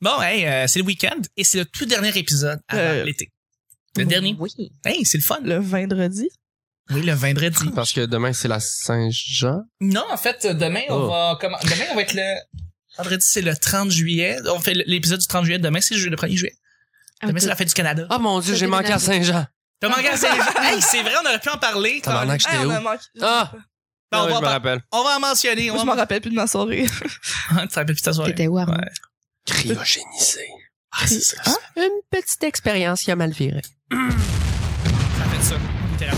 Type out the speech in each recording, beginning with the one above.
Bon, hey, euh, c'est le week-end et c'est le tout dernier épisode avant Euh, l'été. Le dernier. Oui. Hey, c'est le fun. Le vendredi. Oui, le vendredi. Parce que demain, c'est la Saint-Jean. Non, en fait, demain, on Oh. va comment Demain, on va être le. Vendredi, c'est le 30 juillet. On fait l'épisode du 30 juillet. Demain, c'est le 1er juillet. Demain, c'est la fête du Canada. Ah mon dieu, Ça j'ai manqué à déménage. Saint-Jean. T'as manqué à Saint-Jean. Hey, c'est vrai, on aurait pu en parler. Tabarnak, Ah, j'étais où? on a ben, manqué- je sais Ah! pas. Ben, Ah on, oui, va je en me par- rappelle. on va en mentionner. On Je va m'en en... rappelle plus de ma soirée. Tu te rappelles plus de ta soirée. T'étais où avant? Ouais. Cryogénisé. Ah, c'est ça. Ah? Une petite expérience qui a mal viré. Ça fait ça. Il était là.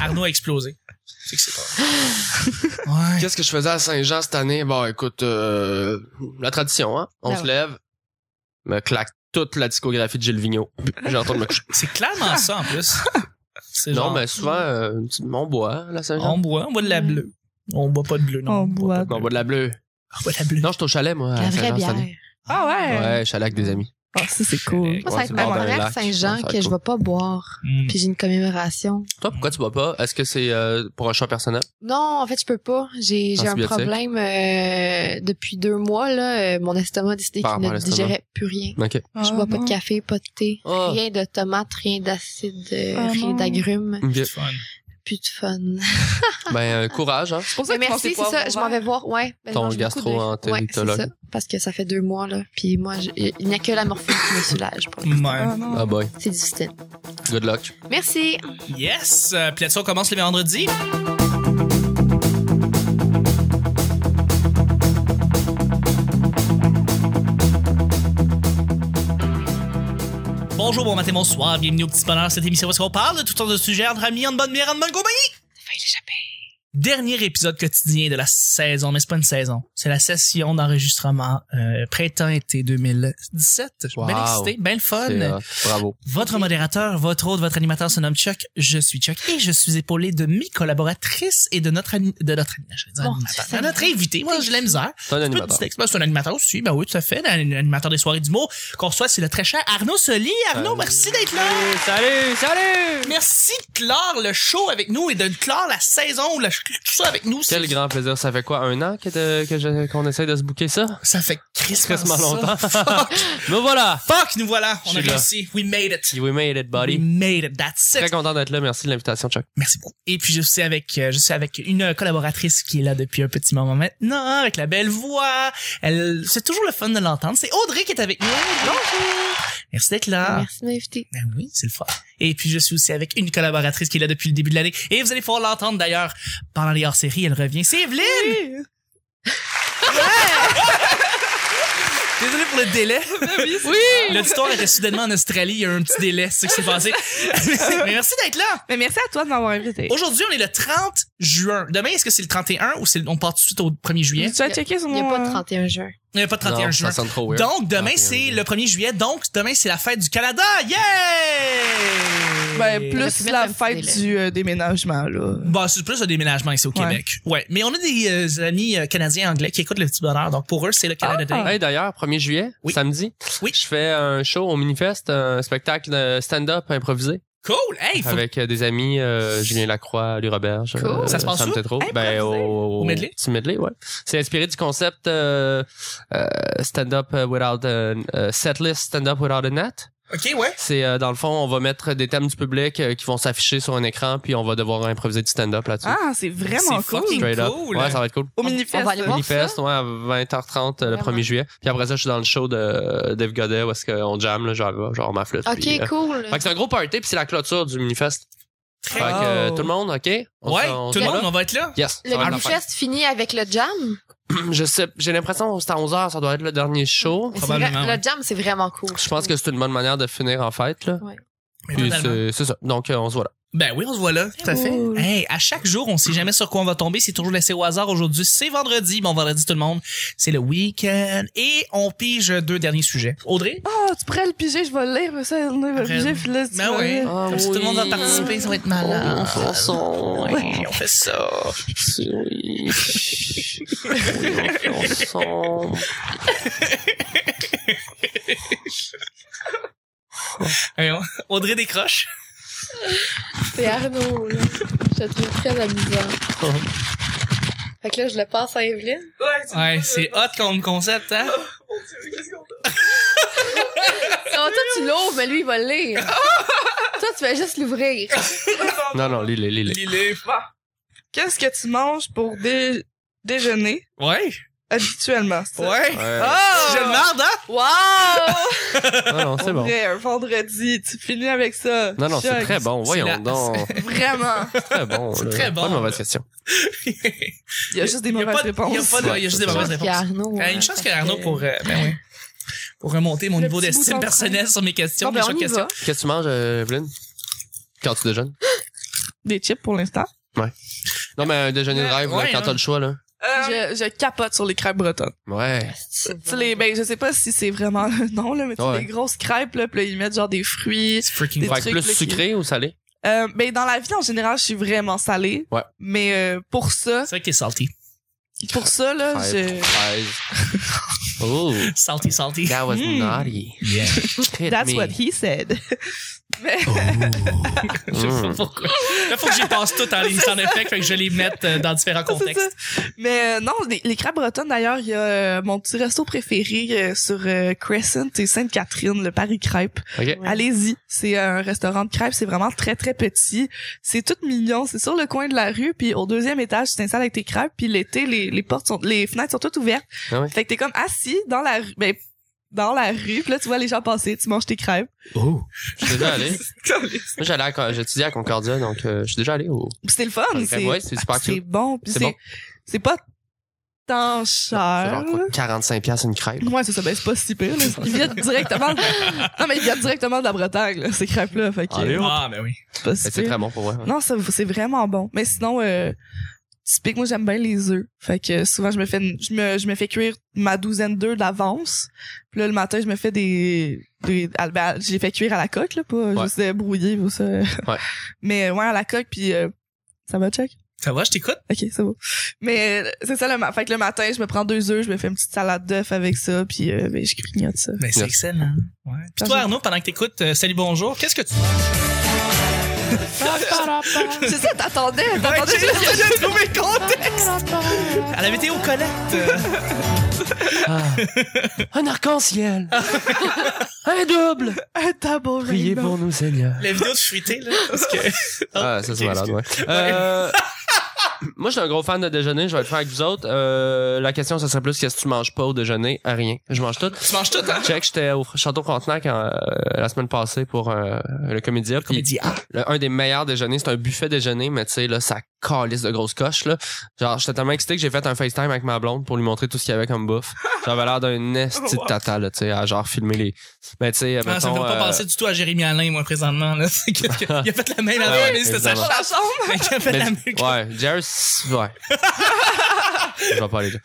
Arnaud a explosé. C'est que c'est pas. Ouais. Qu'est-ce que je faisais à Saint-Jean cette année? Bon, écoute, euh, la tradition, hein? On Ah se ouais. lève, me claque toute la discographie de Gilles Vigneault. J'ai entendu me coucher. C'est clairement ça, en plus. C'est Non, genre, mais souvent, euh, tu- on boit, la Saint-Jean. On boit, on boit de la Ouais. bleue. On boit pas de bleu, non. On boit. On boit de la bleue. On boit de la bleue. Non, je suis au chalet, moi. à La vraie Saint-Jean, cette bière. année. Ah ouais? Ouais, chalet avec des amis. Ah, ça, c'est cool. Moi, ça va Ouais, être c'est ma bord d'un première lac. Saint-Jean Ça va que être cool. je Hmm. vais pas boire. Mm. Puis j'ai une commémoration. Toi, pourquoi tu bois pas? Est-ce que c'est euh, pour un choix personnel? Non, en fait, je peux pas. J'ai j'ai un Antibiotique. problème euh, depuis deux mois. Là, euh, mon estomac a décidé Par qu'il rapport ne à l'estomac. digérait plus rien. OK. Ah, Je bois pas de café, pas de thé, Ah. rien de tomate, rien d'acide, euh, Ah rien non. d'agrumes, Bien. C'est fun. plus de fun. ben, euh, courage, hein? C'est pour ça Mais que tu merci, pensais c'est pas ça. Je m'en vais voir. Ouais. ben, je Ton mange beaucoup de- gastro-entérologue. Ouais, c'est ça, parce que ça fait deux mois là. Puis moi, je- il n'y a que la morphine qui me soulage. pour le- mm, Ouais. Ah non. Ah boy. C'est difficile. Good luck. Merci. Yes! Euh, Puis là-dessus, on commence le vendredi. Bonjour, bon matin, bonsoir, bienvenue au Petit Bonheur, cette émission où est-ce qu'on parle de tout temps de sujets entre amis, en bonne bière, en bonne compagnie. Fais le chapin. Dernier épisode quotidien de la saison, mais c'est pas une saison, c'est la session d'enregistrement euh, printemps-été 2017. Je suis bien Wow. excité, bien le fun. C'est, euh, bravo. Votre modérateur, votre hôte, votre animateur se nomme Chuck. Je suis Chuck et je suis épaulé de mes collaboratrices et de notre ani- de notre ani- je vais dire Mon animateur, Dieu, de notre c'est invité. Moi, j'ai la misère. C'est un Un peu de animateur. dyslexe. Ben, C'est un animateur aussi. Ben oui, tout à fait. Un animateur des soirées d'humour qu'on reçoit, c'est le très cher Arnaud Soli. Arnaud, Salut. merci d'être là. Euh, Salut, salut! Merci de clore le show avec nous et de clore la saison, le- tout ça avec nous. Quel C'est- grand plaisir. Ça fait quoi, un an que de- que je- qu'on essaie de se bouquer ça? Ça fait crissement Crissement ça. longtemps. Fuck, Nous voilà! fuck, nous voilà. On Je a suis là. réussi. We made it. We made it, We buddy. made it. That's it. Très content d'être là. Merci de l'invitation, Chuck. Merci beaucoup. Et puis je suis avec euh, je suis avec une collaboratrice qui est là depuis un petit moment maintenant avec la belle voix. Elle c'est toujours le fun de l'entendre. C'est Audrey qui est avec nous. Bonjour. Merci d'être là. Merci de m'inviter. Ben oui, c'est le fun. Et puis je suis aussi avec une collaboratrice qui est là depuis le début de l'année et vous allez pouvoir l'entendre d'ailleurs pendant les hors-séries, elle revient. C'est Evelyne. Oui. Désolé pour le délai. Ah Oui. L'auditoire était soudainement en Australie, il y a eu un petit délai, c'est ce qui s'est passé. Mais merci d'être là. Mais merci à toi de m'avoir invité. Aujourd'hui, on est le 30 juin. Demain, est-ce que c'est le 31 ou c'est le- on part tout de suite au 1er juillet Tu as checké sur Il mon... n'y a pas de 31 juin. Il n'y a pas de 31 Non, juin. Ça sonne trop weird. Donc, demain, 31 c'est juillet. le 1er juillet. Donc, demain, c'est la fête du Canada. Yeah! Ben, J'aurais pu plus mettre la un petit fête délai. du euh, déménagement, là. Bah, c'est plus un déménagement ici au Ouais. Québec. Ouais. Mais on a des euh, amis euh, canadiens anglais qui écoutent le petit bonheur. Donc, pour eux, c'est le Canada Ah. Day. Hey, d'ailleurs, 1er juillet, Oui. samedi, Oui. je fais un show au Minifest, un spectacle de stand-up improvisé Cool! Hey, faut- avec euh, des amis, euh, Julien Lacroix, Louis Robert. Cool. Ça se passe où? trop. Improvisé? Ben, au, Au medley? petit medley, ouais. C'est inspiré du concept euh, euh, stand-up without a euh, setlist, stand-up without a net. OK, ouais. C'est euh, dans le fond, on va mettre des thèmes du public euh, qui vont s'afficher sur un écran, puis on va devoir improviser du stand-up là-dessus. Ah, c'est vraiment C'est cool. fucking- Straight cool. up. Ouais, ça va être cool. Au On- mini-fest. on va aller là. voir. Minifest, ouais, à 20h30 euh, le Vraiment. 1er juillet. Puis après ça, je suis dans le show de euh, Dave Godet où est-ce qu'on jam, là, genre, genre ma flûte. Ok, puis, euh, cool. fait que c'est un gros party, puis c'est la clôture du Minifest. Très Fait que euh, Oh. tout le monde, OK? On Ouais, se- on tout se le voit monde, là? on va être là. Yes. ça va Le être l'affaire. Minifest finit avec le jam. Je sais, j'ai l'impression que c'est à 11h, ça doit être le dernier show. Mais c'est Probablement, vrai- ouais. Le jam, c'est vraiment cool. Je pense que c'est une bonne manière de finir en fête, là. Mais Puis totalement. c'est c'est ça. Donc, euh, on se voit là. Ben oui, on se voit là. Tout à fait. Cool. Hey, à chaque jour, on sait jamais sur quoi on va tomber. C'est toujours laissé au hasard. Aujourd'hui, c'est vendredi. Bon, vendredi, tout le monde. C'est le week-end. Et on pige deux derniers sujets. Audrey? Ah, tu pourrais le piger, je vais le lire, mais ça, on va le Après- piger, puis là, tu Ben vas oui. Oh, lire. Ah Comme si tout le monde va oui. participer, ça va être malade. Oh, on s'en- Ouais, on fait ça. Oui. on s'en- Hey, on- Audrey décroche. C'est Arnaud, là. Je te trouve très amusant. Fait que là, je le passe à Evelyne. Ouais, c'est hot comme concept, hein? l'ouvres, mais lui, il va le lire. Toi, tu vas juste l'ouvrir. Non, non, lis-le, lis-le. Lilé. Qu'est-ce que tu manges pour dé- déjeuner Ouais, habituellement? c'est ça? ouais. Ouais. Oh! J'ai le marde, hein? Wow! Non, non, c'est Pour bon. vrai, un vendredi, tu finis avec ça. Non, non, c'est Choc. très bon. C'est Voyons la- donc. Vraiment. C'est très bon. C'est là. très Pas bon. de mauvaise question. Il y a juste des Il y a mauvaises pas de- réponses. Il y a pas de- il y a juste des Ouais, mauvaises Une chance qu'il y réponses. a Arnaud. Euh, hein, Une chance parce qu'il y a Arnaud que- pour, euh, ben oui, pour remonter mon Le niveau petit bout d'estime d'entraide. personnelle sur mes questions, Bon, ben, mes on choix y questions. va. Qu'est-ce que tu manges, euh, Evelyne? Quand tu déjeunes? Des chips pour l'instant. Non, mais un déjeuner de Ouais, rêve, là, ouais, quand hein. t'as le choix, là. Je, je capote sur les crêpes bretonnes. Ouais. Tu sais, Euh, les, ben, je sais pas si c'est vraiment le nom, là, mais tu sais, Ouais. des grosses crêpes, là, puis là, ils mettent genre des fruits. It's freaking Des- Fait wild. que trucs, plus là, qui- sucré ou salé? Euh, ben, dans la vie, en général, je suis vraiment salée. Ouais. Mais euh, pour ça, C'est vrai qu'il est salty. pour ça, là, je... Five, five. Oh, Salty, salty. that was Mm. naughty. Yeah. Hit That's me. what he said. Oh. Je sais Mm. pas pourquoi. Là, faut que j'y passe tout en ligne sans effet, fait que je les mette euh, dans différents C'est contextes. ça. Mais euh, non, les, les crêpes bretonnes, d'ailleurs, il y a euh, mon petit resto préféré euh, sur euh, Crescent et Sainte-Catherine, le Paris Crêpe. Ok. Ouais. Allez-y, c'est un restaurant de crêpes, c'est vraiment très très petit, c'est tout mignon, c'est sur le coin de la rue, puis au deuxième étage tu t'installes avec tes crêpes, puis l'été les, les portes sont, les fenêtres sont toutes ouvertes, Ah ouais. fait que t'es comme assis dans la rue, ben dans la rue, puis là tu vois les gens passer, tu manges tes crêpes. Oh. Je suis déjà allé. Moi, j'allais à Con- j'étudiais à Concordia, donc euh, je suis déjà allé au. C'était le fun, Ouais, c'est Ah, ah, ouais, c'est super c'est cute. bon, puis C'est c'est bon. Ah, c'est pas tant C'est cher. genre quoi, 45$ une crêpe. Moi, c'est ça, ben c'est pas si pire. Là. Ils viennent directement. de- Non, mais ils viennent directement de la Bretagne, là, ces crêpes-là. Fait que Allez, hop. Ah, ben oui. c'est pas si Mais C'est pire. très bon pour moi. ouais. Non, ça, c'est vraiment bon. Mais sinon, euh, typique, moi, j'aime bien les œufs. Fait que euh, souvent, je me fais, une- je me, je me fais cuire ma douzaine d'œufs d'avance. Puis là, le matin, je me fais des, des ah, ben, j'ai fait cuire à la coque, là, pas Ouais. juste euh, brouillé ou ça. Mais ouais, à la coque, puis euh, ça va, Chuck? Ça va, je t'écoute? Ok, c'est bon. Mais euh, c'est ça, le, ma- fait que le matin, je me prends deux œufs, je me fais une petite salade d'œufs avec ça, puis euh, ben, je grignote ça. Ben, c'est Yes. excellent. Ouais. Puis toi, Arnaud, pendant que t'écoutes euh, Salut Bonjour, qu'est-ce que tu C'est ça, t'attendais, Ah, t'attendais juste que j'ai trouvé le contexte. Elle avait été au Colette. euh, Un arc-en-ciel! Un double! Un tambour. nous, Seigneur. la vidéo de fruité, là. Parce que. Ah, ça, c'est Ok, malade, ouais. Euh, moi, je suis un gros fan de déjeuner. Je vais le faire avec vous autres. Euh, la question, ça serait plus qu'est-ce que tu manges pas au déjeuner? À Rien. Je mange tout. Tu manges tout, hein? Check, j'étais au Château Frontenac euh, la semaine passée pour euh, le comédien. Comme il dit, ah, Le- un des meilleurs déjeuners. C'est un buffet déjeuner, mais tu sais, là, ça calisse de grosses coches, là. Genre, j'étais tellement excité que j'ai fait un FaceTime avec ma blonde pour lui montrer tout ce qu'il y avait comme bouffe. J'avais l'air d'un esti de tata, là, tu sais, à genre filmer les. Ben, tu sais, ah, ça me fait mettons, pas euh, penser du tout à Jérémy Alain, moi, présentement, là. C'est que- que- il a fait la même Ah, affaire, mais c'était sa évidemment. chambre. Il a fait la Mais- même. Ouais, Jared, c'est- ouais. Je vais pas aller là.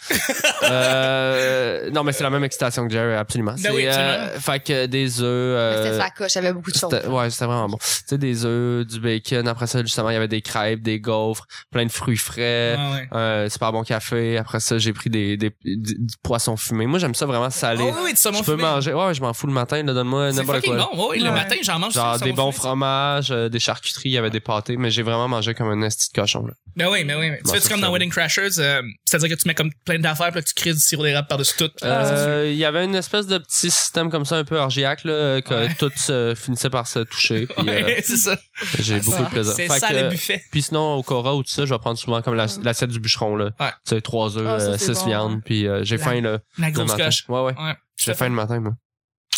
Euh, non, mais c'est la même excitation que Jared, absolument. Ben C'est, oui, absolument. euh, fait que des œufs. Mais C'était euh, sa coche, j'avais beaucoup de choses. c'était- ouais, c'était vraiment bon. Tu sais, des œufs, du bacon. Après ça, justement, il y avait des crêpes, des gaufres, plein de fruits frais. Ah, ouais. un super bon café. Après ça, j'ai pris des, des, du- du poisson fumé. Moi, j'aime ça vraiment salé. Oh, oui, oui, du saumon je peux fumé. manger. Ouais, ouais, je m'en fous le matin. là, Donne-moi C'est Euh, n'importe fucking quoi. là. bon. ouais, ouais, Le Ouais. matin, j'en mange Genre aussi, des saumon bons fumé. fromages, euh, des charcuteries, il y avait des pâtés, mais j'ai vraiment mangé comme un esti de cochon. là. Ben oui, ben oui. mais Tu Bon, fais-tu ça, comme ça dans va. Wedding Crashers? euh, C'est-à-dire que tu mets comme plein d'affaires, puis là, tu crées du sirop d'érable par-dessus tout. Euh, Il y avait une espèce de petit système comme ça, un peu orgiaque, là, que Ouais. tout se finissait par se toucher. Puis, euh, Ouais, c'est ça. j'ai eu beaucoup de plaisir. C'est Fait ça, que, euh, le buffet. Puis sinon, au Cora ou tout ça, je vais prendre souvent comme la- l'assiette du bûcheron. Là. Ouais. Tu sais, trois œufs, Ah, ça, euh, c'est six bon, viandes, puis euh, j'ai hein. La- faim le, La le grosse matin. coche. Ouais, ouais. Ouais. J'ai faim le matin, moi.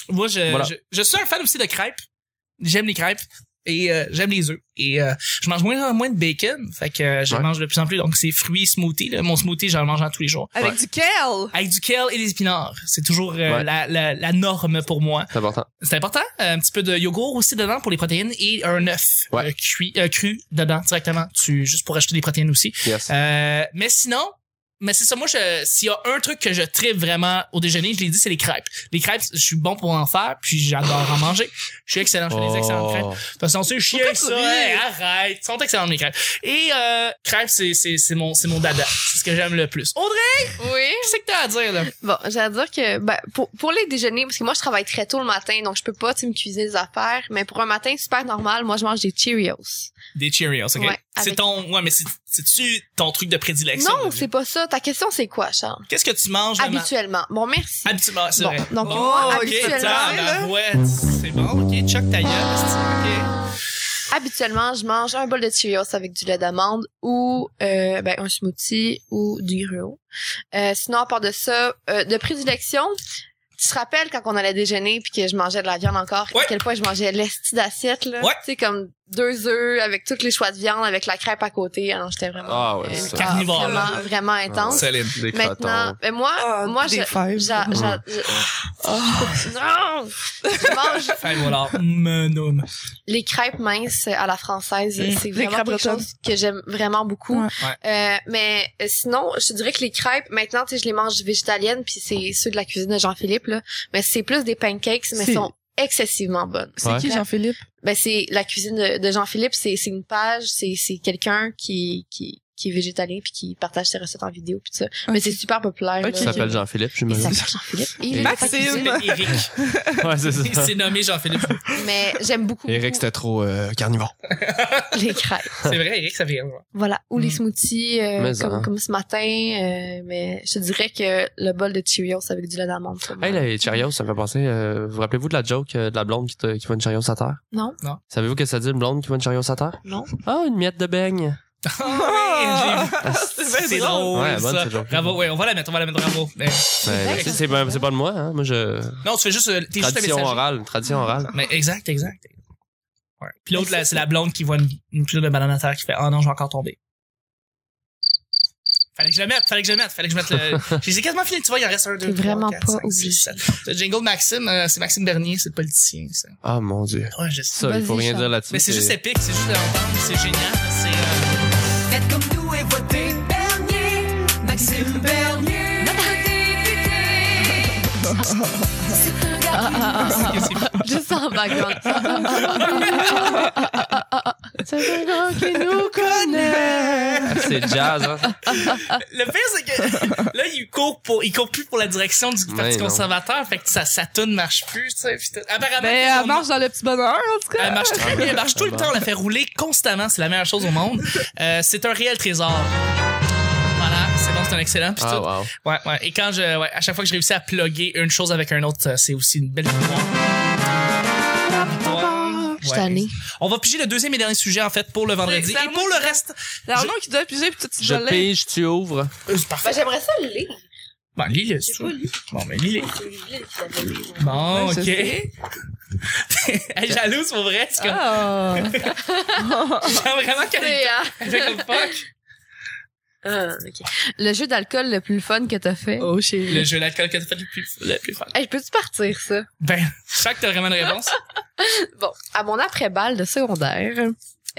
Moi, je, Voilà. je, je suis un fan aussi de crêpes. J'aime les crêpes et euh, j'aime les œufs. Et euh, je mange moins en moins de bacon. Fait que euh, je Ouais. mange de plus en plus. Donc, c'est fruits, smoothie. là. Mon smoothie, j'en mange en tous les jours. Avec Ouais. du kale. Avec du kale et des épinards. C'est toujours euh, Ouais. la, la, la norme pour moi. C'est important. C'est important. Un petit peu de yogourt aussi dedans pour les protéines et un œuf Ouais. euh, cuit, euh, cru dedans directement. Tu, juste pour acheter des protéines aussi. Yes. Euh, mais sinon, mais c'est ça, moi, je- s'il y a un truc que je tripe vraiment au déjeuner, je l'ai dit, c'est les crêpes. Les crêpes, je suis bon pour en faire, puis j'adore en manger. Je suis excellent, je fais des excellentes crêpes. Oh. De toute façon, c'est chier Pourquoi que tu ça, ris? hey, arrête. Ils sont excellents les crêpes. Et euh, crêpes, c'est, c'est, c'est, mon, c'est mon dada. C'est ce que j'aime le plus. Oh, Audrey, Oui. qu'est-ce que t'as à dire, là? Bon, j'allais dire que ben, pour, pour les déjeuners, parce que moi, je travaille très tôt le matin, donc je peux pas tu sais, me cuisiner des affaires. Mais pour un matin super normal, moi, je mange des Cheerios. Des Cheerios, OK? Ouais, c'est avec- ton... Ouais, mais c'est, C'est-tu ton truc de prédilection? Non, c'est pas ça. Ta question, c'est quoi, Charles? Qu'est-ce que tu manges le matin? Habituellement. Bon, merci. Habituellement, c'est Bon, vrai. donc Oh, moi, ok, habituellement, tiens. tabarouette, c'est bon, ok, Chuck ta gueule, c'est- ok. habituellement, je mange un bol de Cheerios avec du lait d'amande ou euh, ben, un smoothie ou du gruau. Euh, sinon, à part de ça, euh, de prédilection, tu te rappelles quand on allait déjeuner puis que je mangeais de la viande encore, Ouais. à quel point je mangeais l'esti d'assiette, là. Ouais. Tu sais, comme deux œufs avec tous les choix de viande, avec la crêpe à côté. Alors, j'étais vraiment... Ah ouais, euh, c'est ça. Ah, Carnivore, Vraiment, là. vraiment Oh. intense. Solide. Des Maintenant, crotons. ben moi, Ah, moi, des je, fèves. j'a- j'a- je- Ah. non, je mange Fait que voilà, monome. les crêpes minces à la française. Mmh. C'est Mm. Les vraiment crêpes quelque bretonnes. chose que j'aime vraiment beaucoup. Ouais. Euh, mais euh, sinon, je te dirais que les crêpes, maintenant, tu sais, je les mange végétaliennes, puis c'est ceux de la cuisine de Jean-Philippe, là. Mais c'est plus des pancakes, mais C'est- sont excessivement bonnes. C'est Ouais. qui Jean-Philippe? Ben, c'est la cuisine de, de Jean-Philippe, c'est c'est une page, c'est c'est quelqu'un qui, qui, qui est végétalien puis qui partage ses recettes en vidéo puis tout ça. Mais Ok. c'est super populaire. Ok. Il là. s'appelle Jean-Philippe, je Il me s'appelle Jean-Philippe. Il est Maxime. dans sa cuisine. C'était Eric. Ouais, c'est Il ça. s'est nommé Jean-Philippe. Mais j'aime beaucoup, Eric, beaucoup c'était trop euh, carnivore. les crêpes. C'est vrai, Eric, ça fait rien voir. Voilà, ou les Mm. smoothies euh, Mais hein. comme, en. comme ce matin, euh, mais je te dirais que le bol de Cheerios avec du lait d'amande. pour moi. Hey, les Cheerios, ça me fait penser. euh, vous rappelez-vous de la joke euh, de la blonde qui, te- qui voit une Cheerios à terre? Non. Non. Savez-vous que ça dit une blonde qui voit une Cheerios à terre? Non. Ah, une miette de beigne. Ah, oui, j'ai vu. bien c'est drôle. drôle, Ouais, bonne, ça. cette joke. Bravo, ouais, on va la mettre, on va la mettre, bravo. Eh, Mais vrai, tu sais, Ben, ça. c'est pas, c'est pas de moi, hein. Moi, je. Non, tu fais juste, euh, t'es juste un Tradition messager. orale, tradition orale. Mais exact, exact. Ouais. Puis l'autre, là, c'est la blonde qui voit une, une clé de banane à terre qui fait Ah non, je vais encore tomber. Fallait que je le mette, fallait que je le mette, fallait que je mette le. J'ai j'ai quasiment fini, tu vois, il en reste un, deux, T'es trois, vraiment quatre, pas cinq, six, sept. Le jingle Maxime, euh, c'est Maxime Bernier, c'est le politicien, ça. Ah, mon dieu. Ouais, je sais. Ça, il Vas-y, faut rien Charles. dire là-dessus. Mais c'est juste épique, c'est juste de l'entendre, c'est génial, c'est. euh, Faites comme nous et votez Bernier, Maxime Bernier, notre député. C'est un gars Ah, ah, ah, c'est- c'est- ah. Juste en background. Ah, ah, ah, ah, ah, ah, ah, ah. C'est un grand qui nous connaît. Ah, C'est jazz, hein. Le pire, c'est que là, il court, pour, il court plus pour la direction du Mais Parti non. conservateur, fait que sa, sa toune marche plus, tu sais. puis tout. Apparemment, Ben, tout le elle monde- marche dans le petit bonheur, en tout cas. Elle marche très bien, elle marche Ah, tout le temps, on la fait rouler constamment, c'est la meilleure chose au monde. Euh, c'est un réel trésor. Voilà, c'est bon, c'est un excellent. puis Ah, tout. wow. Ouais, ouais. Et quand je, ouais, à chaque fois que je réussis à plugger une chose avec un autre, euh, c'est aussi une belle victoire. Victoire. Ah, Je Ouais. suis tannée. On va piger le deuxième et dernier sujet en fait pour le vendredi C'est et pour le reste. L'argent qui doit piger, puis tout, tu Je dois l'aider. pige, tu ouvres. Euh, c'est parfait. Ben, j'aimerais ça le lire. Bon, lis-le. si tu veux. Bon, mais lis-le. Bon, Ouais, je ok. Elle est jalouse pour vrai. C'est comme, Ah. j'aime vraiment qu'elle C'est, hein? elle fait comme fuck. Ah, ok. Le jeu d'alcool le plus fun que t'as fait. Oh, chérie. Le jeu d'alcool que t'as fait le plus, le plus fun. Hey, peux-tu partir, ça? Ben, je sens que t'as vraiment une réponse. Bon, à mon après-balle de secondaire,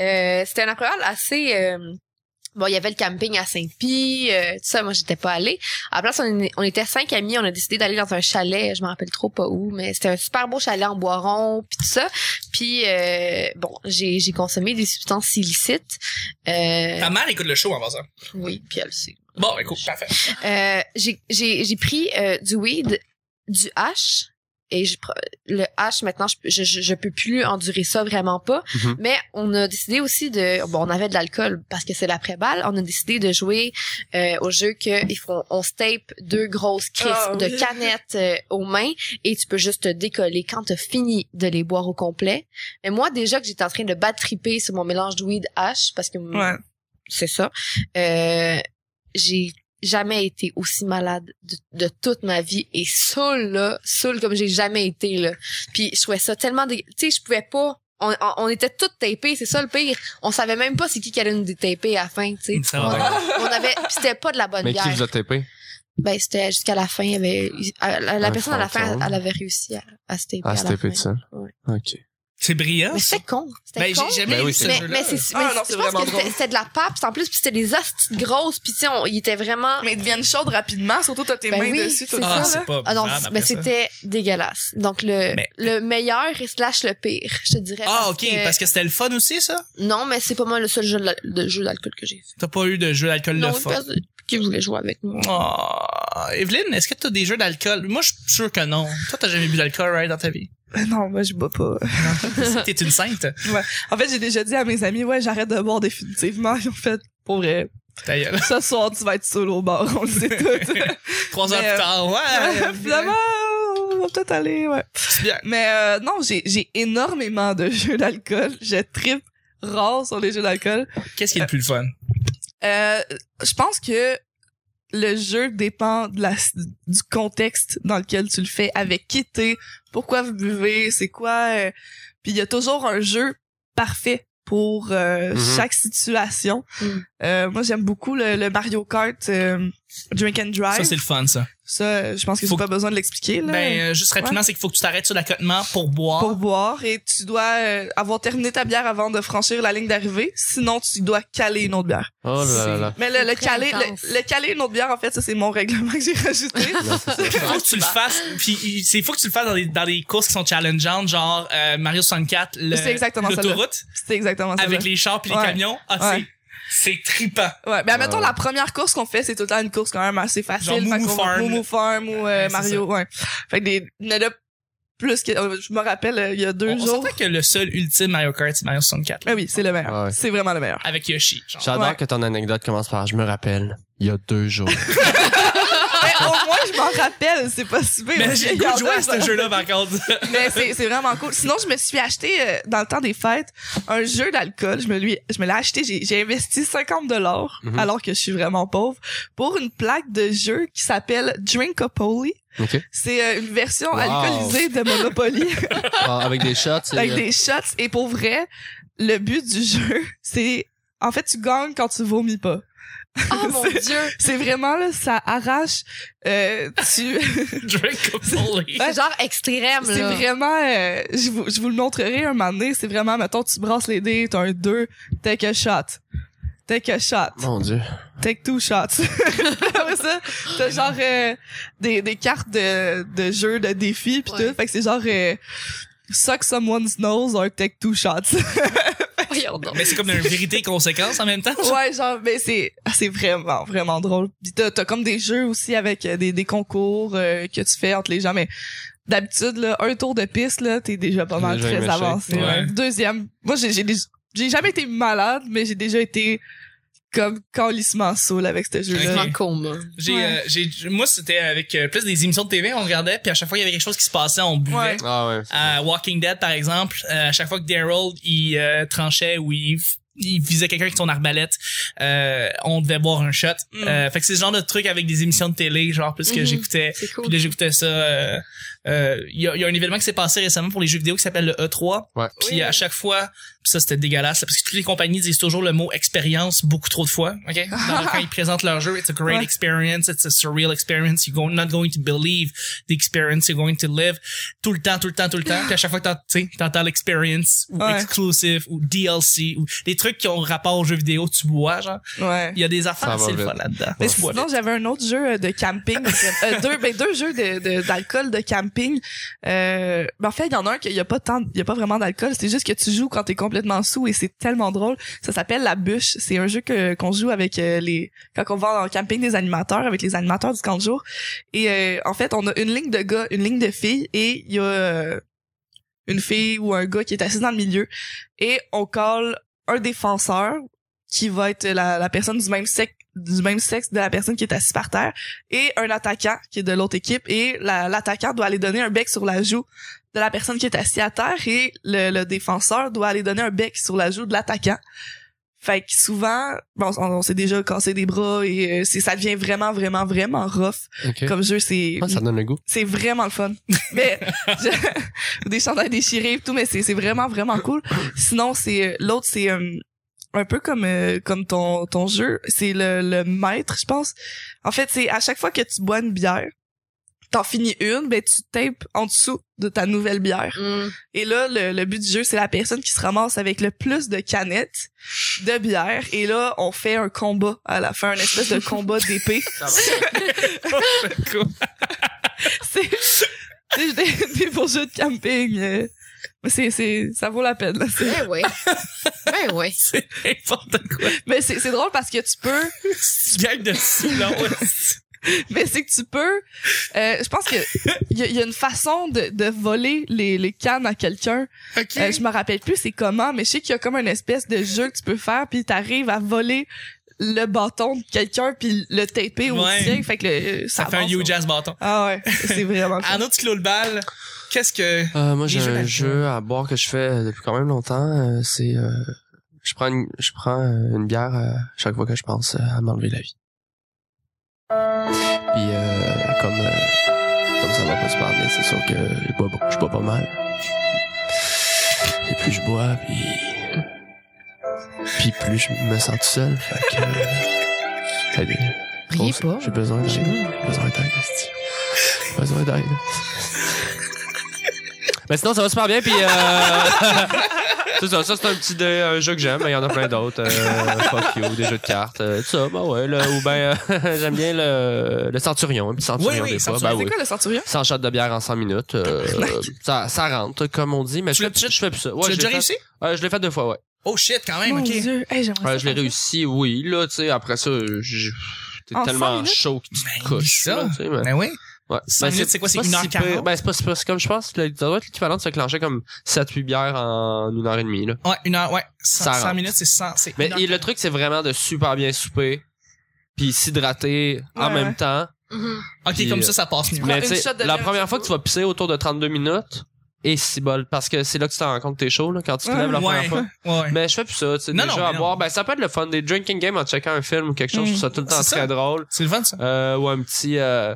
euh, c'était un après-balle assez... euh, bon, il y avait le camping à Saint-Pie, euh, tout ça, moi, j'étais pas allée. À la place, on, est- on était cinq amis, on a décidé d'aller dans un chalet, je m'en rappelle trop pas où, mais c'était un super beau chalet en Boiron, puis tout ça. Puis, euh, bon, j'ai j'ai consommé des substances illicites. Euh, Ta mère écoute le show en passant. oui, puis elle le sait. Bon, écoute, parfait. Euh, j'ai j'ai j'ai pris euh, du weed, du hash et je, pre- le hash maintenant je, je je je peux plus endurer ça vraiment pas. Mhm. Mais on a décidé aussi de bon on avait de l'alcool parce que c'est l'après balle. On a décidé de jouer euh, au jeu que ils font on se tape deux grosses crises Ah, de oui. canettes euh, aux mains et tu peux juste te décoller quand t'as fini de les boire au complet. Mais moi déjà que j'étais en train de battre triper sur mon mélange de weed hash parce que Ouais. c'est ça. Euh, j'ai jamais été aussi malade de, de toute ma vie et saoul là, saoul comme j'ai jamais été là. Puis je trouvais ça tellement dé... tu sais je pouvais pas on, on- on était toutes tapées, c'est ça le pire. On savait même pas c'est qui qui allait nous détaper à la fin, tu sais. Ça Ouais. va. On avait puis c'était pas de la bonne Mais qui bière. vous a tapé? Ben c'était jusqu'à la fin, il y avait à- la, la Ah, personne à la fin, fantôme. elle, elle avait réussi à, à se taper Ah, à la c'était fin. tapé de ça. Ouais. Ok. C'est brillant. Mais c'était con, c'était Ben, con. j'ai jamais Ben vu oui, ce c'est- Mais, jeu-là. mais c'est, Ah mais non, je c'est pense vraiment que c'était, drôle. c'était de la pape, puis en plus, puis c'était des hosties de grosses, puis tu sais, on- il était vraiment... Mais ils deviennent chaudes rapidement, surtout t'as tes Ben mains oui, dessus, tout c'est ça, Ah, là. c'est pas Ah non, bizarre, mais après ça. c'était dégueulasse. Donc le Mais- le meilleur et slash le pire, je te dirais. Ah, parce ok, parce que c'était le fun aussi, ça? non, mais c'est pas moi le seul jeu de la- de jeu d'alcool que j'ai fait. T'as pas eu de jeu d'alcool Non, le une fun? personne qui voulait jouer avec moi. Oh, Evelyne, est-ce que t'as des jeux d'alcool? Moi, je suis sûr que non. Toi, t'as jamais bu d'alcool, right, dans ta vie? Ben non, moi, je bois pas. T'es une sainte. En fait, j'ai déjà dit à mes amis, ouais, j'arrête de boire définitivement. Ils ont fait, Pour vrai. Ta gueule. Ce soir, tu vas être seul au bar, on le sait tout. Trois heures Mais, euh, plus tard, Ah, ouais. Finalement, on va peut-être aller, ouais. C'est bien. Mais euh, non, j'ai j'ai énormément de jeux d'alcool. Je tripe rare sur les jeux d'alcool. Qu'est-ce qui est le plus le fun? Euh, je pense que le jeu dépend de la, du contexte dans lequel tu le fais, avec qui t'es, pourquoi vous buvez, c'est quoi. euh, Puis il y a toujours un jeu parfait pour euh, Mm-hmm. Mhm. chaque situation. Mm. Euh, moi, j'aime beaucoup le, le Mario Kart euh, Drink and Ça, Drive. c'est Ça, euh, le fun, ça. je pense que Faut j'ai pas besoin de l'expliquer. là. Ben, euh, juste rapidement, c'est qu'il faut que tu t'arrêtes sur l'accotement pour boire. pour boire et tu dois euh, avoir terminé ta bière avant de franchir la ligne d'arrivée. Sinon, tu dois caler une autre bière. Oh là là là. Mais le, le très caler, intense. le, le caler une autre bière, en fait, ça, c'est mon règlement que j'ai rajouté. Non, c'est ça. faut que tu le fasses puis il- c'est faut que tu le fasses dans des dans des courses qui sont challengeantes genre euh, Mario 64 le- C'est exactement ça, l'autoroute C'était exactement ça. avec les chars puis les Ouais. camions ah, Ouais. c'est c'est trippant Ouais, mais admettons, Ouais. la première course qu'on fait, c'est tout le temps une course quand même assez facile. Ah. Genre Moumou Fait qu'on va- Farm. Moumou Farm ou euh, Ouais, c'est Mario, ouais. Fait que des, il y en a de plus que, euh, je me rappelle, euh, il y a deux on, on jours. s'entend que le seul ultime Mario Kart c'est Mario 64 là, Mais oui, c'est le meilleur. Ouais. C'est vraiment le meilleur. avec Yoshi genre. J'adore Ouais. que ton anecdote commence par je me rappelle, il y a deux jours. mais Ben, au moins, je m'en rappelle, c'est pas si pire. Ah mais j'ai le goût de jouer à Regardez, ce jeu là par contre Mais c'est c'est vraiment cool. Sinon, je me suis acheté euh, dans le temps des fêtes un jeu d'alcool. Je me lui, je me l'ai acheté. J'ai j'ai investi 50 dollars Mhm. alors que je suis vraiment pauvre pour une plaque de jeu qui s'appelle Drinkopoli. OK. C'est euh, une version Wow. alcoolisée de Monopoly Ah, avec des shots, c'est- avec des shots. Et pour vrai, le but du jeu, c'est en fait tu gagnes quand tu vomis pas. Oh mon dieu! C'est vraiment là, ça arrache. euh, tu Drink Poly C'est genre extrême, C'est là. vraiment, euh, je, vous, je vous le montrerai un moment donné. C'est vraiment, mettons, tu brasses les dés, t'as un 2, take a shot. Take a shot. Mon dieu. Take two shots. Après ça, t'as genre euh, des, des cartes de, de jeu, de défis, pis Ouais. tout. Fait que c'est genre, euh, suck someone's nose or take two shots. Voyons donc. mais c'est comme une vérité et conséquence en même temps ouais, genre, mais c'est, ah, c'est vraiment, vraiment drôle. Pis t'as, t'as comme des jeux aussi avec euh, des, des concours euh, que tu fais entre les gens, mais d'habitude, là, un tour de piste, là, t'es déjà pas mal Déjà très éméché. avancé. ouais. Ouais. Deuxième, moi, j'ai, j'ai, des- j'ai jamais été malade, mais j'ai déjà été comme calissement saoul avec ce jeu-là. Ok. En coma. j'ai Ouais. euh, j'ai moi c'était avec euh, plus des émissions de TV on regardait puis à chaque fois il y avait quelque chose qui se passait on buvait Ouais. Ah ouais. c'est- à Walking Dead par exemple euh, à chaque fois que Daryl il euh, tranchait ou il, il visait quelqu'un avec son arbalète euh, on devait boire un shot Mm. Mm-hmm. Euh, fait que c'est ce genre de truc avec des émissions de télé genre plus que Mhm. j'écoutais C'est puis cool. là j'écoutais ça euh, euh, il y, a, il y a un événement qui s'est passé récemment pour les jeux vidéo qui s'appelle le E E3 Ouais. puis Oui. à chaque fois puis ça c'était dégueulasse là, parce que toutes les compagnies disent toujours le mot expérience beaucoup trop de fois ok Dans- quand ils présentent leur jeu it's a great Ouais. experience it's a surreal experience you're go- not going to believe the experience you're going to live tout le temps tout le temps tout le temps puis à chaque fois que t'en- tu sais, t'entends l'experience ou Ouais. exclusive ou DLC ou des trucs qui ont rapport aux jeux vidéo tu bois genre Ouais. il y a des affaires Ça va assez le vite. fun là-dedans Mais Tu bois sinon, j'avais un autre jeu euh, de camping. Euh, deux, ben, deux jeux de, de- d'alcool de camping. Euh, ben, en fait, il y en a un qu'il n'y a pas tant, il y a pas vraiment d'alcool. C'est juste que tu joues quand t'es complètement sous et c'est tellement drôle. Ça s'appelle La Bûche. C'est un jeu que, qu'on joue avec euh, les, quand on va en camping des animateurs, avec les animateurs du camp de jour. Et, euh, en fait, on a une ligne de gars, une ligne de filles et il y a, euh, une fille ou un gars qui est assis dans le milieu et on colle un défenseur qui va être la, la personne du même sexe du même sexe de la personne qui est assise par terre et un attaquant qui est de l'autre équipe et la- l'attaquant doit aller donner un bec sur la joue de la personne qui est assise à terre et le, le défenseur doit aller donner un bec sur la joue de l'attaquant. Fait que souvent, bon, on, on s'est déjà cassé des bras et euh, c'est ça devient vraiment vraiment vraiment rough Ok. comme jeu, c'est Ah, ça donne le goût. c'est vraiment le fun. Mais je- des chandails déchirés et tout, mais c'est c'est vraiment vraiment cool. Sinon, c'est euh, l'autre, c'est euh, un peu comme euh, comme ton ton jeu, c'est le le maître, je pense. En fait, c'est à chaque fois que tu bois une bière, t'en finis une, ben tu tapes en dessous de ta nouvelle bière. Mm. Et là, le, le but du jeu, c'est la personne qui se ramasse avec le plus de canettes de bière. Et là, on fait un combat à la fin, une espèce de combat d'épée. c'est c'est des, des beaux jeux de camping. euh, mais c'est, c'est, ça vaut la peine. là, c'est- Ben oui. Ben oui. c'est n'importe quoi Mais c'est, c'est drôle parce que tu peux, tu gagnes de si long mais c'est que tu peux, euh, je pense que il y, a- il y a une façon de, de voler les, les cannes à quelqu'un. ok Euh, je me rappelle plus c'est comment, mais je sais qu'il y a comme une espèce de jeu que tu peux faire puis t'arrives à voler le bâton de quelqu'un puis le taper au Ouais. tien. Fait que le- euh, ça, Ça fait un avance. huge ass bâton. Ah ouais, c'est vraiment cool. Arnaud, tu clôt le bal. Qu'est-ce que. Euh, moi, Les j'ai jeux un d'alcool. jeu à boire que je fais depuis quand même longtemps. euh, c'est, euh, je prends, une, je prends euh, une bière euh, chaque fois que je pense euh, à m'enlever la vie. Puis euh, comme, euh, comme ça va pas se parler, c'est sûr que je bois, beaucoup- je bois pas mal. Et plus je bois, puis puis plus je me sens tout seul. Fait que, euh, ça dé- Riez Bon, pas. J'ai besoin d'aide. J'ai besoin d'aide. esti. J'ai besoin d'aide. Mais sinon, ça va super bien, puis... Euh... c'est ça, ça c'est un petit dé- un jeu que j'aime, mais il y en a plein d'autres. Euh, fuck you, des jeux de cartes, euh, tout ça, bah ouais. là, ou ben, euh, j'aime bien le, le centurion, un petit centurion oui, des fois. centurion, bah c'est oui. C'est quoi le centurion? 100 shots de bière en 100 minutes, euh, ça, ça rentre, comme on dit, mais je Tu l'as fais, je fais plus ça. Ouais, tu l'as je déjà l'ai fait- réussi? euh, je l'ai fait deux fois, ouais. Oh shit, quand même, Mon ok. Dieu. Hey, j'aimerais Ouais, ça je l'ai faire ça. réussi, oui. Là, tu sais, après ça, je- t'es En 100 tellement minutes? chaud que tu Ben, te couches. ça. là, tu sais, mais- Ben oui. Ouais. Cinq minutes, c'est quoi, c'est pas une heure si pire. quarante? Ben, c'est pas, c'est pas- c'est comme je pense, que ça doit être l'équivalent de se clencher comme 7-8 bières en une heure et demie, là. Ouais, une heure, ouais. 100, Ça rentre. minutes, c'est 100. c'est Mais une heure. et le truc, c'est vraiment de super bien souper, puis s'hydrater en Ouais, même ouais. temps. Ok, Puis, euh, comme ça, ça passe mieux. Mais une tu shot sais, de la bière, première tu fois que tu vas pisser autour de 32 minutes, et si bol, parce que c'est là que tu te rends compte que t'es chaud, là, quand tu te Ouais. lèves la ouais, première fois. ouais. Mais je fais plus ça, tu sais, Non, des non, jeux mais à non. boire. Ben, ça peut être le fun des drinking games en checkant un film ou quelque chose, Mm. je trouve ça tout le temps C'est ça. très drôle. C'est le fun, ça. Euh, ou un petit euh,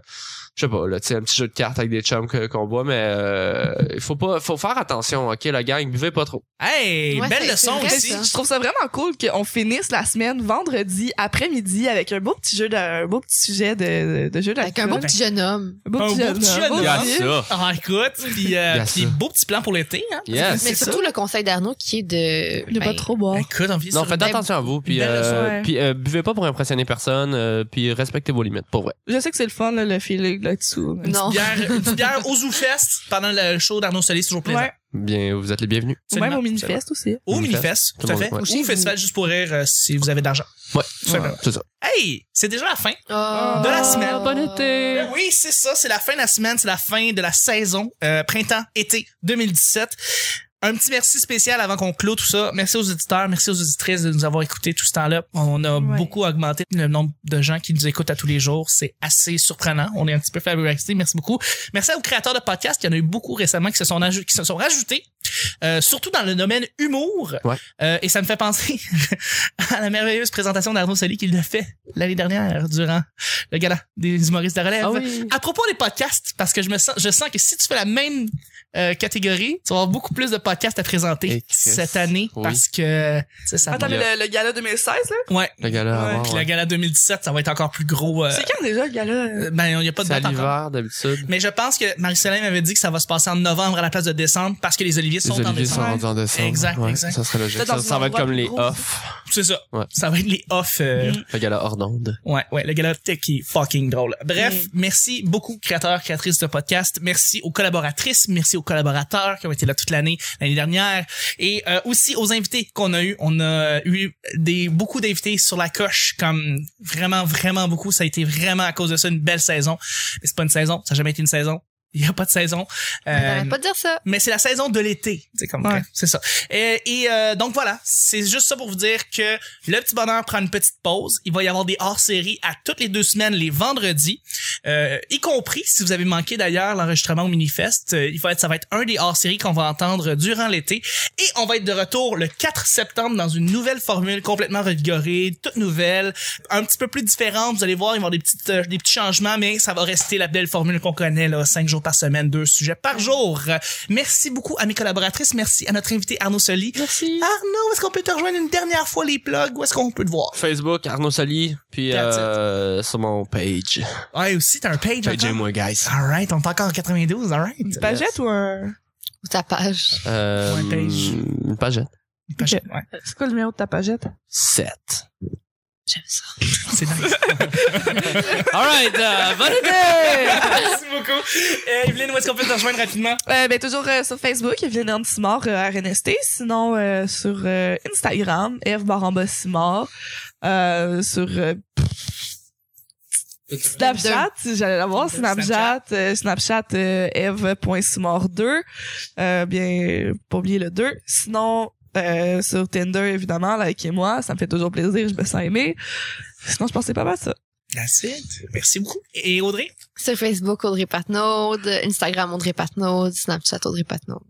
je sais pas là tu sais un petit jeu de cartes avec des chums que- qu'on boit mais euh, il faut pas faut faire attention ok la gang buvez pas trop Hey, Ouais, belle c'est- leçon c'est vrai, aussi. ça. Je trouve ça vraiment cool qu'on finisse la semaine vendredi après-midi avec un beau petit jeu de, un beau petit sujet de, de jeu de Avec un beau Ben, petit jeune homme. un beau un petit beau jeu de- hein. petit un beau jeu de- petit- Ah, écoute, puis, euh, Y'a puis ça. beau petit plan pour l'été, hein. yes C'est Mais surtout le conseil d'Arnaud qui est de. de ben, pas trop boire. Écoute, on vit non sur faites une- attention à vous puis belle euh, leçon, ouais. puis euh, buvez pas pour impressionner personne euh, puis respectez vos limites pour vrai Je sais que c'est le fun, là, le feeling là-dessous. mais- Non. Bière, une petite bière au ZooFest pendant le show d'Arnaud Solis, toujours plaisant. Ouais. bien vous êtes les bienvenus Ou Absolument, même au mini-fest aussi. Au Minifest. Minifest, tout à Tout le fait. monde, Ou ouais. au Festival Juste pour Rire euh, si vous avez de l'argent. ouais, Tout simplement. c'est ça Hey, c'est déjà la fin. Oh. De la semaine. bon été Ben oui, c'est ça, c'est la fin de la semaine, c'est la fin de la saison euh, printemps-été 2017. Un petit merci spécial avant qu'on clôt tout ça. Merci aux auditeurs, merci aux auditrices de nous avoir écoutés tout ce temps-là. On a Ouais. beaucoup augmenté le nombre de gens qui nous écoutent à tous les jours. C'est assez surprenant. On est un petit peu fabuleux. Merci beaucoup. Merci aux créateurs de podcasts. Il y en a eu beaucoup récemment qui se sont, aj- qui se sont rajoutés, euh, surtout dans le domaine humour. Ouais. Euh, et ça me fait penser à la merveilleuse présentation d'Arnaud Soli qu'il a fait l'année dernière durant le gala des humoristes de la relève. ah oui À propos des podcasts, parce que je me sens, je sens que si tu fais la même euh, catégorie, tu vas avoir beaucoup plus de podcasts à présenter Et que- cette année oui. parce que c'est ça. Attends, mais mais le, gala 2016, là? ouais. le gars là euh, Ouais. avant, Puis Ah, ouais. le gala 2017, ça va être encore plus gros. euh, C'est quand déjà le gala? ben, il n'y a pas de c'est à date encore. l'hiver d'habitude Mais je pense que Marie-Soleil m'avait dit que ça va se passer en novembre à la place de décembre parce que les oliviers les sont en oliviers sont décembre. rendus en décembre Exact, Ouais, exact. ça serait logique Peut-être dans ça, ça va un être comme endroit les gros. off C'est ça. Ouais. Ça va être les off. euh, le gala hors d'onde Ouais, ouais, le gala tech qui est fucking drôle. Bref, merci beaucoup créateurs, créatrices de podcast. Merci aux collaboratrices, merci aux collaborateurs qui ont été là toute l'année, l'année dernière. Et euh, aussi aux invités qu'on a eu. On a eu des beaucoup d'invités sur la coche, comme vraiment, vraiment beaucoup. Ça a été vraiment à cause de ça une belle saison. Mais c'est pas une saison, ça a jamais été une saison. Il n'y a pas de saison. On Euh, n'arrête pas de dire ça. mais c'est la saison de l'été. C'est comme Ouais. c'est ça. Et, et, euh, donc voilà, c'est juste ça pour vous dire que le petit bonheur prend une petite pause. Il va y avoir des hors-séries à toutes les deux semaines, les vendredis, Euh, y compris si vous avez manqué d'ailleurs l'enregistrement au Minifest. euh, il va être, ça va être un des hors-séries qu'on va entendre durant l'été. Et on va être de retour le 4 septembre dans une nouvelle formule complètement revigorée, toute nouvelle, un petit peu plus différente. Vous allez voir, il va y avoir des, petites, euh, des petits changements, mais ça va rester la belle formule qu'on connaît, là, cinq jours par semaine, deux sujets par jour. Euh, Merci beaucoup à mes collaboratrices. Merci à notre invité Arnaud Soli. Merci. Arnaud, est-ce qu'on peut te rejoindre une dernière fois les plugs? Où est-ce qu'on peut te voir? Facebook, Arnaud Soli, puis That's euh, sur mon page. Ouais, aussi, t'as un page. Page encore? moi, guys. Alright, on est encore en 92, alright. Une pagette ou un... Ou ta page. Euh, Ouais, page. Une pagette. Pagette, ouais. Euh, C'est quoi le numéro de ta pagette? 7. J'aime ça. C'est nice. Alright, euh, bonne Merci beaucoup. Euh, Evelyne, où est-ce qu'on peut te rejoindre rapidement? Euh, ben, toujours euh, sur Facebook, Evelyne Antimor euh, à RNST. Sinon, euh, sur euh, Instagram, Eve Baramba Simard. Euh, sur euh, Snapchat, j'allais l'avoir, Snapchat. Snapchat, euh, Snapchat, euh, Eve.simard2. Euh, bien, euh, pas oublier le 2. Sinon, euh, sur Tinder, évidemment, là, et moi. Ça me fait toujours plaisir, je me sens aimée. Sinon, je pensais pas mal ça. That's it. Merci beaucoup. Et Audrey? Sur Facebook, Audrey Patnaud, Instagram, Audrey Patnaud, Snapchat, Audrey Patnaud.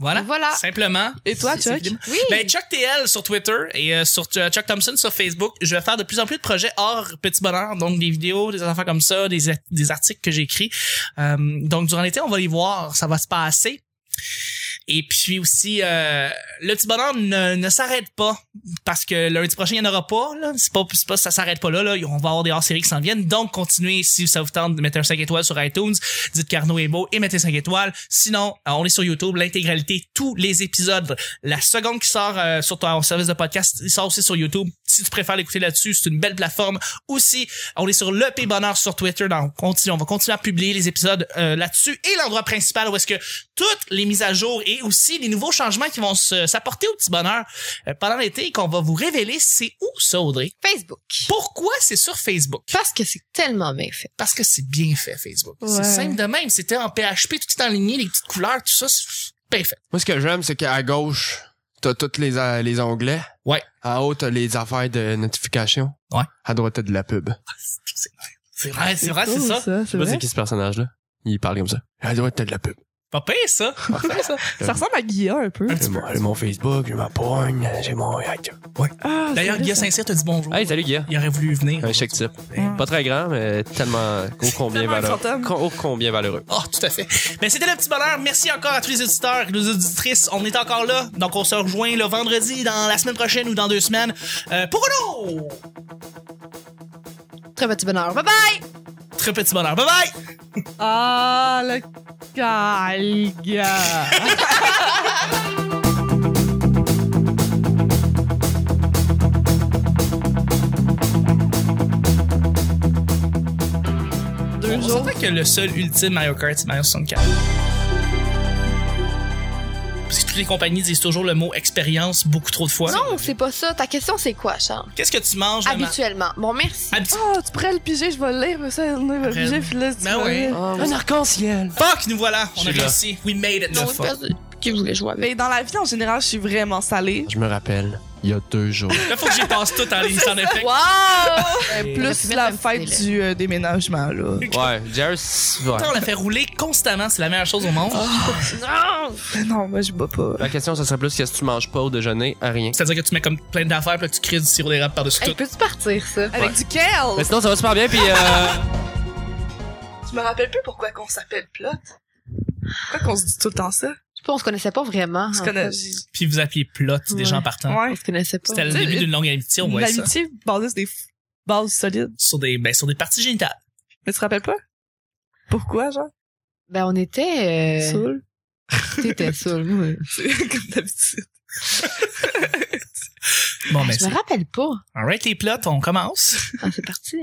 Voilà. Voilà. Simplement. Et toi, C'est- c'est Chuck? évident. Oui. Ben, Chuck TL sur Twitter et euh, sur Ch- Chuck Thompson sur Facebook. Je vais faire de plus en plus de projets hors petit bonheur, donc des vidéos, des affaires comme ça, des, a- des articles que j'écris. Euh, donc durant l'été, on va les voir, ça va se passer. Et puis aussi, euh, le petit bonheur ne, ne s'arrête pas parce que lundi prochain, il n'y en aura pas. Là. C'est pas, c'est pas ça s'arrête pas là, là. On va avoir des hors-séries qui s'en viennent. Donc, continuez si ça vous tente de mettre un 5 étoiles sur iTunes. Dites qu'Arnaud est beau et mettez 5 étoiles. Sinon, euh, on est sur YouTube, l'intégralité, tous les épisodes. La seconde qui sort euh, sur ton service de podcast, il sort aussi sur YouTube. Si tu préfères l'écouter là-dessus, c'est une belle plateforme. Aussi, on est sur le P Bonheur sur Twitter. Donc, on continue, on va continuer à publier les épisodes euh, là-dessus et l'endroit principal où est-ce que toutes les mises à jour et aussi les nouveaux changements qui vont se- s'apporter au petit bonheur euh, pendant l'été et qu'on va vous révéler, c'est où ça, Audrey? Facebook. Pourquoi c'est sur Facebook? Parce que c'est tellement bien fait. Parce que c'est bien fait, Facebook. C'est Ouais. simple de même. C'était en PHP, tout est en ligne, les petites couleurs, tout ça, c'est bien fait. Moi, ce que j'aime, c'est qu'à gauche, t'as tous les, euh, les onglets. Ouais. À haut, t'as les affaires de notification. Ouais. À droite, t'as de la pub. C'est vrai, c'est vrai, Ah, c'est cool, ça. Oh, c'est Je sais pas vrai. c'est qui ce personnage-là. Il parle comme ça. À droite, t'as de la pub. Pas pire, ça. Ça ressemble à Guilla un peu. J'ai mon, j'ai mon Facebook, j'ai ma pogne, j'ai mon iTunes. Ah, c'est D'ailleurs, vrai, Guy ça. Saint-Cyr te dit bonjour. Hey, salut, Guilla. Il aurait voulu venir. Un chèque type. Ouais. Pas très grand, mais tellement, ô combien Tellement un valeureux. fantôme. Co- ô combien valeureux. Oh, tout à fait. Mais c'était le petit bonheur. Merci encore à tous les auditeurs et les auditrices. On est encore là. Donc, on se rejoint le vendredi, dans la semaine prochaine ou dans deux semaines, euh, pour un autre Très petit bonheur. Bye bye! très petit bonheur. Bye bye! Ah, le calga. Deux On jours. s'entend que le seul ultime Mario Kart, c'est Mario 64. Parce que toutes les compagnies disent toujours le mot expérience beaucoup trop de fois. Non, c'est pas ça. Ta question, c'est quoi, Charles? Qu'est-ce que tu manges le matin? Habituellement. Bon, merci. Habitu- Ah, tu pourrais le piger, je vais le lire, mais ça, il va le Après- piger, puis là, tu Ben vas oui. lire. Un arc-en-ciel. Fuck, nous voilà. On Je a suis là. réussi. We made it. Non, le fuck. Qui voulait jouer avec? Mais Ben, dans la vie, en général, je suis vraiment salée. Je me rappelle, il y a deux jours. Là, faut que j'y passe tout en en effet. Wow! Euh, La plus fumette, la la fête fumée, du euh, déménagement, là. Ouais, Jerry, c'est- ouais. Putain, On la fait rouler constamment. C'est la meilleure chose au monde. non! Mais non, moi, je bois pas. La question, ça serait plus qu'est-ce que tu manges pas au déjeuner? À rien. C'est-à-dire que tu mets comme plein d'affaires, puis là, tu crées du sirop d'érable par-dessus Hey, tout. peux-tu partir, ça? Avec du kale! Mais sinon, ça va super bien, puis euh, Je me rappelle plus pourquoi qu'on s'appelle Plot. Pourquoi qu'on se dit tout le temps ça? Je pense qu'on se connaissait pas vraiment. Tu en connais... fait. Puis vous appuyez plot des Ouais. gens partant. Ouais. On se connaissait pas. C'était le Tu sais, début d'une longue amitié, on voit ça. L'amitié basée sur des f- bases solides. Sur des, ben, sur des parties génitales. Mais tu te rappelles pas? Pourquoi, genre? Ben, on était. Euh... Saoul? T'étais saoul, oui. C'est comme d'habitude. Bon, ben, Je me c'est- rappelle pas. alright, les plots, on commence. Ah, c'est parti.